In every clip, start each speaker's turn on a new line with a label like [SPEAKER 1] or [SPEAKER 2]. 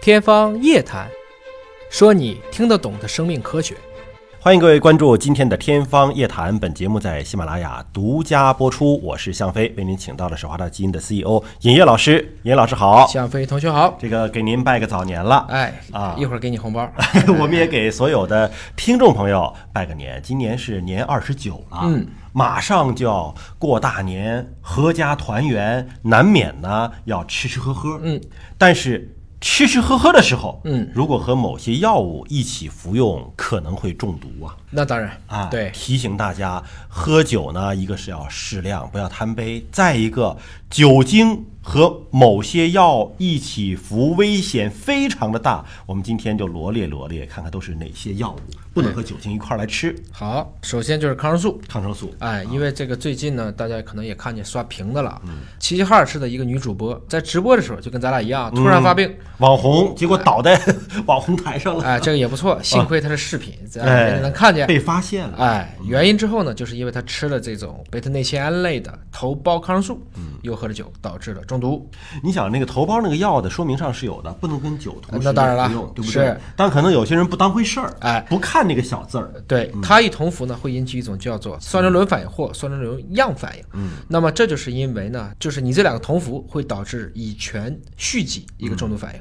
[SPEAKER 1] 天方夜谭，说你听得懂的生命科学。
[SPEAKER 2] 欢迎各位关注今天的《天方夜谭》，本节目在喜马拉雅独家播出。我是向飞，为您请到了华大基因的 CEO 尹烨老师。尹烨老师好，
[SPEAKER 1] 向飞同学好，
[SPEAKER 2] 这个给您拜个早 年了。
[SPEAKER 1] 哎
[SPEAKER 2] 啊
[SPEAKER 1] 一会儿给你红 包。
[SPEAKER 2] 我们也给所有的听众朋友拜个年，今年是年二十九了，
[SPEAKER 1] 嗯，
[SPEAKER 2] 马上就要过大年，阖家团圆，难免呢要吃吃喝喝，
[SPEAKER 1] 嗯，
[SPEAKER 2] 但是。吃吃喝喝的时候，
[SPEAKER 1] 嗯，
[SPEAKER 2] 如果和某些药物一起服用，可能会中毒啊。
[SPEAKER 1] 那当然
[SPEAKER 2] 啊，
[SPEAKER 1] 对，
[SPEAKER 2] 提醒大家喝酒呢，一个是要适量，不要贪杯；再一个，酒精和某些药一起服，危险非常的大。我们今天就罗列罗列，看看都是哪些药物不能和酒精一块儿 来吃。
[SPEAKER 1] 好，首先就是抗生素。
[SPEAKER 2] 抗生素，
[SPEAKER 1] 哎，因为这个最近呢，大家可能也看见刷屏的了。齐齐哈尔市的一个女主播在直播的时候，就跟咱俩一样，突然发病。
[SPEAKER 2] 网红结果倒在网红台上 了，
[SPEAKER 1] 哎，这个也不错，幸亏她是视频，咱俩
[SPEAKER 2] 哎，
[SPEAKER 1] 也能看见。
[SPEAKER 2] 被发现了。
[SPEAKER 1] 哎，原因之后呢，就是因为他吃了这种贝塔内酰胺类的头孢抗生素，又喝了酒，导致了中毒。
[SPEAKER 2] 你想那个头孢那个药的说明上是有的，不能跟酒同时
[SPEAKER 1] 那当然了
[SPEAKER 2] 服用，对不对
[SPEAKER 1] 是？
[SPEAKER 2] 但可能有些人不当回事儿，
[SPEAKER 1] 哎
[SPEAKER 2] 不看那个小字儿，
[SPEAKER 1] 对，它一同服呢，会引起一种叫做酸哚仑反应或酸哚仑样反应。嗯，那么这就是因为呢，就是你这两个同服会导致乙醛蓄积一个中毒反应，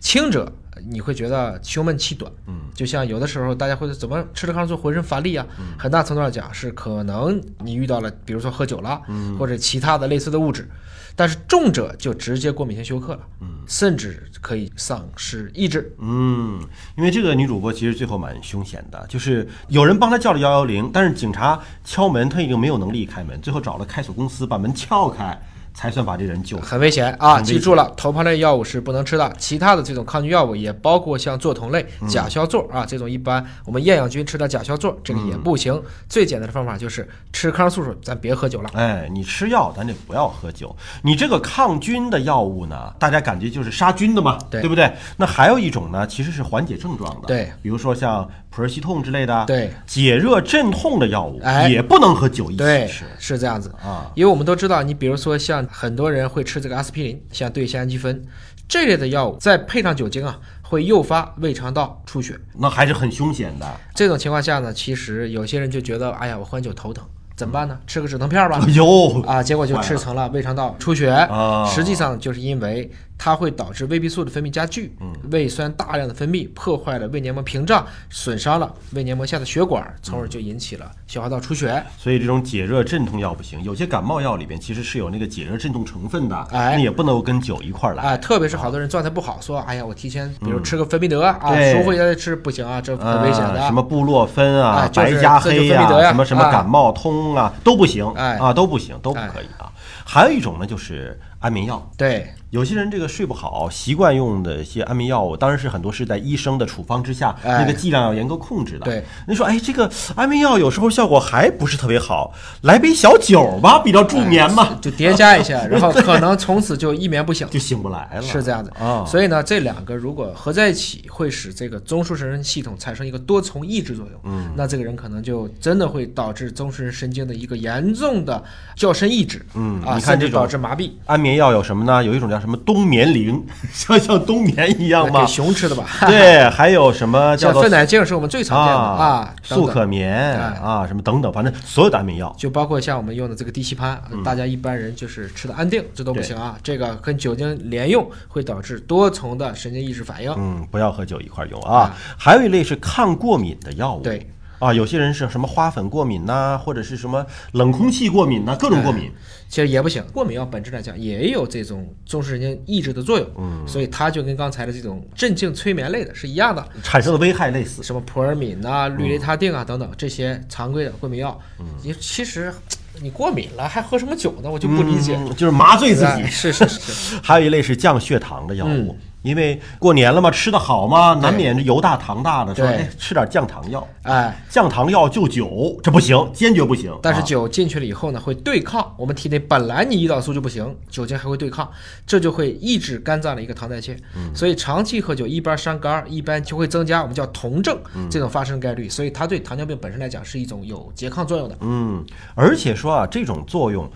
[SPEAKER 1] 轻者。你会觉得胸闷气短，嗯，就像有的时候大家会说怎么吃了抗生素浑身乏力啊，很大程度上讲是可能你遇到了，比如说喝酒了，嗯，或者其他的类似的物质，但是重者就直接过敏性休克了，嗯，甚至可以丧失意志，
[SPEAKER 2] 嗯，因为这个女主播其实最后蛮凶险的，就是有人帮她叫了幺幺零，但是警察敲门，她已经没有能力开门，最后找了开锁公司把门撬开，才算把这人救出来。
[SPEAKER 1] 很危险啊！记住了，头孢类药物是不能吃的，其他的这种抗菌药物也包括像唑酮类、甲硝唑啊这种，一般我们厌氧菌吃的甲硝唑这个也不行。最简单的方法就是吃抗生素时候咱别喝酒了。
[SPEAKER 2] 哎，你吃药，咱得不要喝酒。你这个抗菌的药物呢，大家感觉就是杀菌的嘛，
[SPEAKER 1] 对
[SPEAKER 2] 不对？那还有一种呢，其实是缓解症状的，
[SPEAKER 1] 对，
[SPEAKER 2] 比如说像普热西痛之类的，
[SPEAKER 1] 对，
[SPEAKER 2] 解热镇痛的药物、
[SPEAKER 1] 哎
[SPEAKER 2] 也不能和酒一起
[SPEAKER 1] 对
[SPEAKER 2] 吃，
[SPEAKER 1] 是这样子
[SPEAKER 2] 啊。
[SPEAKER 1] 因为我们都知道，你比如说像很多人会吃这个阿司匹林，像对乙酰氨基酚这类的药物，再配上酒精啊，会诱发胃肠道出血。
[SPEAKER 2] 那还是很凶险的。
[SPEAKER 1] 这种情况下呢，其实有些人就觉得，哎呀，我喝完酒头疼，怎么办呢？吃个止疼片儿吧。
[SPEAKER 2] 哎呦，
[SPEAKER 1] 啊，结果就
[SPEAKER 2] 坏了
[SPEAKER 1] 制成了胃肠道出血。
[SPEAKER 2] 啊
[SPEAKER 1] 实际上就是因为它会导致胃壁素的分泌加剧，
[SPEAKER 2] 嗯
[SPEAKER 1] 胃酸大量的分泌，破坏了胃黏膜屏障，损伤了胃黏膜下的血管，从而就引起
[SPEAKER 2] 嗯
[SPEAKER 1] 了消化道出血。
[SPEAKER 2] 所以这种解热镇痛药不行，有些感冒药里边其实是有那个解热镇痛成分的，
[SPEAKER 1] 哎
[SPEAKER 2] 那也不能够跟酒一块儿来。
[SPEAKER 1] 啊，特别是好多人状态不好，说哎呀，我提前比如吃个芬必得啊，
[SPEAKER 2] 嗯对
[SPEAKER 1] 舒服一下再吃不行啊，这很危险的。
[SPEAKER 2] 啊什么布洛芬啊、
[SPEAKER 1] 啊就是
[SPEAKER 2] 白加黑
[SPEAKER 1] 这就分泌得呀
[SPEAKER 2] 什么什么感冒通啊，都不行、
[SPEAKER 1] 哎
[SPEAKER 2] 啊，都不行，都不可以啊。还有一种呢，就是安眠药。
[SPEAKER 1] 对，
[SPEAKER 2] 有些人这个睡不好，习惯用的一些安眠药物，当然是很多是在医生的处方之下，
[SPEAKER 1] 哎
[SPEAKER 2] 那个剂量要严格控制的。
[SPEAKER 1] 对，
[SPEAKER 2] 你说，哎，这个安眠药有时候效果还不是特别好，来杯小酒吧，比较助眠嘛，
[SPEAKER 1] 就叠加一下，然后可能从此就一眠不醒。
[SPEAKER 2] 就醒不来了。
[SPEAKER 1] 是这样子
[SPEAKER 2] 啊
[SPEAKER 1] 所以呢，这两个如果合在一起，会使这个中枢神经系统产生一个多重抑制作用。嗯，那这个人可能就真的会导致中枢神经的一个严重的较深抑制。
[SPEAKER 2] 嗯
[SPEAKER 1] 啊，
[SPEAKER 2] 你看
[SPEAKER 1] 甚
[SPEAKER 2] 这
[SPEAKER 1] 至
[SPEAKER 2] 种
[SPEAKER 1] 导致麻痹。
[SPEAKER 2] 安眠药有什么呢？有一种叫什么冬眠灵， 像像冬眠一样
[SPEAKER 1] 那给
[SPEAKER 2] 吗？
[SPEAKER 1] 熊吃的吧？
[SPEAKER 2] 对，还 有什么 叫
[SPEAKER 1] 像
[SPEAKER 2] 做
[SPEAKER 1] 芬乃净是我们最常见的啊，等
[SPEAKER 2] 速
[SPEAKER 1] 等
[SPEAKER 2] 可眠
[SPEAKER 1] 哎
[SPEAKER 2] 啊，什么等等，反正所有的安眠药。
[SPEAKER 1] 就包括像我们用的这个地西泮，呃
[SPEAKER 2] 嗯
[SPEAKER 1] 大家一般人就是吃的安定，这都不行啊。这个跟酒精连用会导致多重的神经抑制反应。
[SPEAKER 2] 嗯，不要和酒一块儿用啊。还有一类是抗过敏的药物。
[SPEAKER 1] 哎对。
[SPEAKER 2] 啊，有些人是什么花粉过敏呐、或者是什么冷空气过敏呐、各种过敏。
[SPEAKER 1] 其实也不行，过敏药本质来讲也有这种中枢神经抑制的作用，嗯，所以它就跟刚才的这种镇静催眠类的是一样的，
[SPEAKER 2] 产生的危害类似。
[SPEAKER 1] 什么普尔敏呐、氯雷他定啊等等这些常规的过敏药，你其实你过敏了还喝什么酒呢？我就不理解，
[SPEAKER 2] 嗯，就是麻醉自己
[SPEAKER 1] 哎。嗯是是是是，
[SPEAKER 2] 还有一类是降血糖的药物，因为过年了嘛，吃的好嘛，难免这油大糖大的，说
[SPEAKER 1] 对
[SPEAKER 2] 哎吃点降糖药。
[SPEAKER 1] 哎。
[SPEAKER 2] 降糖药就酒，这不行，坚决不行。
[SPEAKER 1] 但是
[SPEAKER 2] 啊
[SPEAKER 1] 酒进去了以后呢，会对抗我们体内本来你胰岛素就不行，酒精还会对抗，这就会抑制肝脏的一个糖代谢。所以长期喝酒一边伤肝，一边就会增加我们叫酮症这种发生概率。所以它对糖尿病本身来讲是一种有拮抗作用的。
[SPEAKER 2] 嗯，而且说啊，这种作用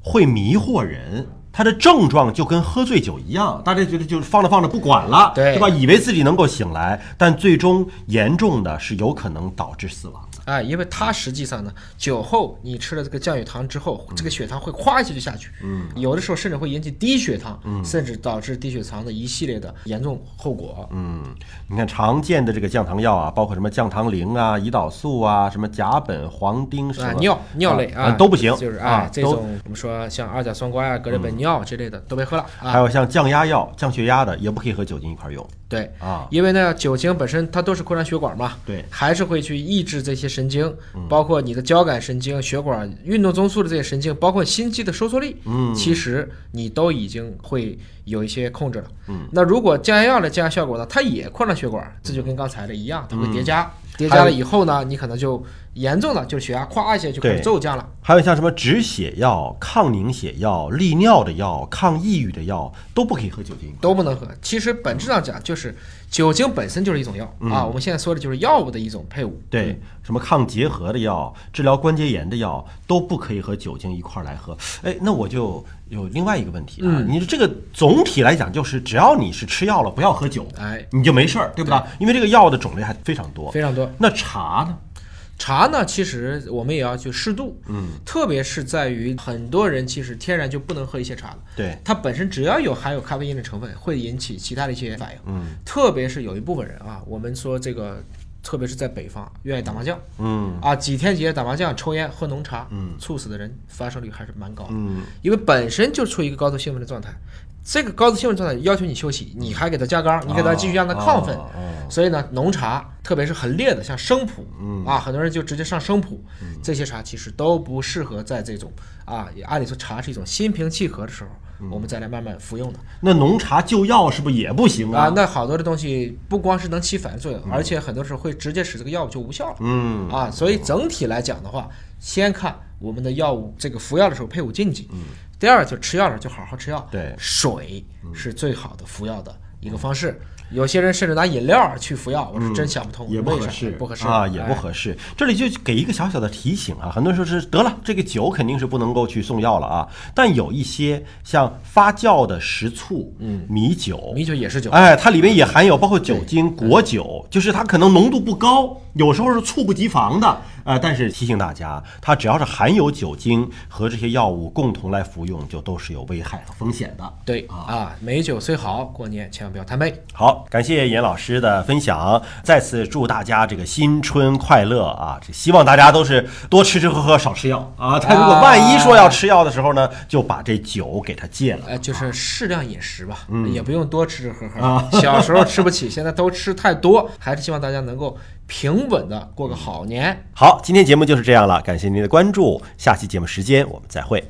[SPEAKER 2] 会迷惑人。它的症状就跟喝醉酒一样，大家觉得就是放着放着不管了，
[SPEAKER 1] 对
[SPEAKER 2] 是吧？以为自己能够醒来，但最终严重的是有可能导致死亡。
[SPEAKER 1] 啊，因为它实际上呢，酒后你吃了这个降血糖之后，这个血糖会咵一下就下去，嗯，有的时候甚至会引起低血糖，嗯，甚至导致低血糖的一系列的严重后果。
[SPEAKER 2] 嗯，你看常见的这个降糖药啊，包括什么降糖灵啊、胰岛素啊、什么甲苯、黄丁什么
[SPEAKER 1] 啊，尿尿类
[SPEAKER 2] 啊都不行，
[SPEAKER 1] 就是
[SPEAKER 2] 啊
[SPEAKER 1] 啊，这
[SPEAKER 2] 都嗯
[SPEAKER 1] 种我们说像二甲双胍啊、格列本脲之类的都别喝了啊。
[SPEAKER 2] 还有像降压药、降血压的，也不可以和酒精一块儿用
[SPEAKER 1] 对，
[SPEAKER 2] 啊。
[SPEAKER 1] 因为呢，酒精本身它都是扩张血管嘛，
[SPEAKER 2] 对，嗯
[SPEAKER 1] 还是会去抑制这些神经，包括你的交感神经、血管、运动中枢的这些神经，包括心肌的收缩力，嗯，其实你都已经会有一些控制了。嗯，那如果降压药的降压效果呢，它也扩张血管，这就跟刚才的一样，它
[SPEAKER 2] 嗯
[SPEAKER 1] 会叠加，叠加了以后呢，你可能就严重的就血压咵一下就开
[SPEAKER 2] 对
[SPEAKER 1] 始骤降了。
[SPEAKER 2] 还有像什么止血药、抗凝血药、利尿的药、抗抑郁的药，都不可以和酒精一块儿。
[SPEAKER 1] 都不能喝。其实本质上讲，就是酒精本身就是一种药、啊。我们现在说的就是药物的一种配伍。
[SPEAKER 2] 对，什么抗结核的药、治疗关节炎的药都不可以和酒精一块儿来喝。哎，那我就有另外一个问题啊，你这个总体来讲就是，只要你是吃药了，不要喝酒，
[SPEAKER 1] 哎，
[SPEAKER 2] 你就没事儿，对不对？因为这个药的种类还非常多。
[SPEAKER 1] 非常多。
[SPEAKER 2] 那茶呢？
[SPEAKER 1] 茶呢，其实我们也要去适度，嗯，特别是在于很多人其实天然就不能喝一些茶的，
[SPEAKER 2] 对，
[SPEAKER 1] 它本身只要有含有咖啡因的成分，会引起其他的一些反应，
[SPEAKER 2] 嗯，
[SPEAKER 1] 特别是有一部分人啊，我们说这个，特别是在北方愿意打麻将，
[SPEAKER 2] 嗯
[SPEAKER 1] 啊，几天几夜打麻将、抽烟、喝浓茶，嗯，猝死的人发生率还是蛮高的，
[SPEAKER 2] 嗯，
[SPEAKER 1] 因为本身就处于一个高度兴奋的状态，这个高度兴奋状态要求你休息，你还给他加缸，你给他继续让他亢奋，
[SPEAKER 2] 哦哦哦嗯
[SPEAKER 1] 所以呢，浓茶，特别是很烈的，像生普，啊，很多人就直接上生普，这些茶其实都不适合在这种啊，也按理说茶是一种心平气和的时候，
[SPEAKER 2] 嗯
[SPEAKER 1] 我们再来慢慢服用的
[SPEAKER 2] 那浓茶就药是不是也不行
[SPEAKER 1] 啊。那好多的东西不光是能起反作用，而且很多时候会直接使这个药物就无效了。
[SPEAKER 2] 嗯，
[SPEAKER 1] 啊，所以整体来讲的话，先看我们的药物这个服药的时候配伍禁忌。嗯。第二就吃药了就好好吃药。
[SPEAKER 2] 对
[SPEAKER 1] 水
[SPEAKER 2] 嗯
[SPEAKER 1] 是最好的服药的一个方式。有些人甚至拿饮料去服药，我是真想不通，
[SPEAKER 2] 嗯也不
[SPEAKER 1] 为
[SPEAKER 2] 合
[SPEAKER 1] 哦啥
[SPEAKER 2] 适，
[SPEAKER 1] 不合适
[SPEAKER 2] 啊，也不
[SPEAKER 1] 哎
[SPEAKER 2] 合适。这里就给一个小小的提醒啊，很多人说是得了，这个酒肯定是不能够去送药了啊，但有一些像发酵的食醋、嗯，米酒。
[SPEAKER 1] 米酒也是酒，
[SPEAKER 2] 哎，它里面也含有包括酒精、果酒，就是它可能浓度不高，有时候是猝不及防的。呃，但是提醒大家，它只要是含有酒精和这些药物共同来服用，就都是有危害和风险的。
[SPEAKER 1] 对啊，美酒虽好，过年千万不要贪杯。
[SPEAKER 2] 好，感谢严老师的分享，再次祝大家这个新春快乐啊！这希望大家都是多吃吃喝喝，少吃药啊。他如果万一说要吃药的时候呢，就把这酒给他戒了。
[SPEAKER 1] 呃，就是适量饮食吧，
[SPEAKER 2] 嗯
[SPEAKER 1] 也不用多吃吃喝喝。
[SPEAKER 2] 啊
[SPEAKER 1] 小时候吃不起，现在都吃太多，还是希望大家能够平稳的过个好年。
[SPEAKER 2] 好，今天节目就是这样了，感谢您的关注，下期节目时间我们再会。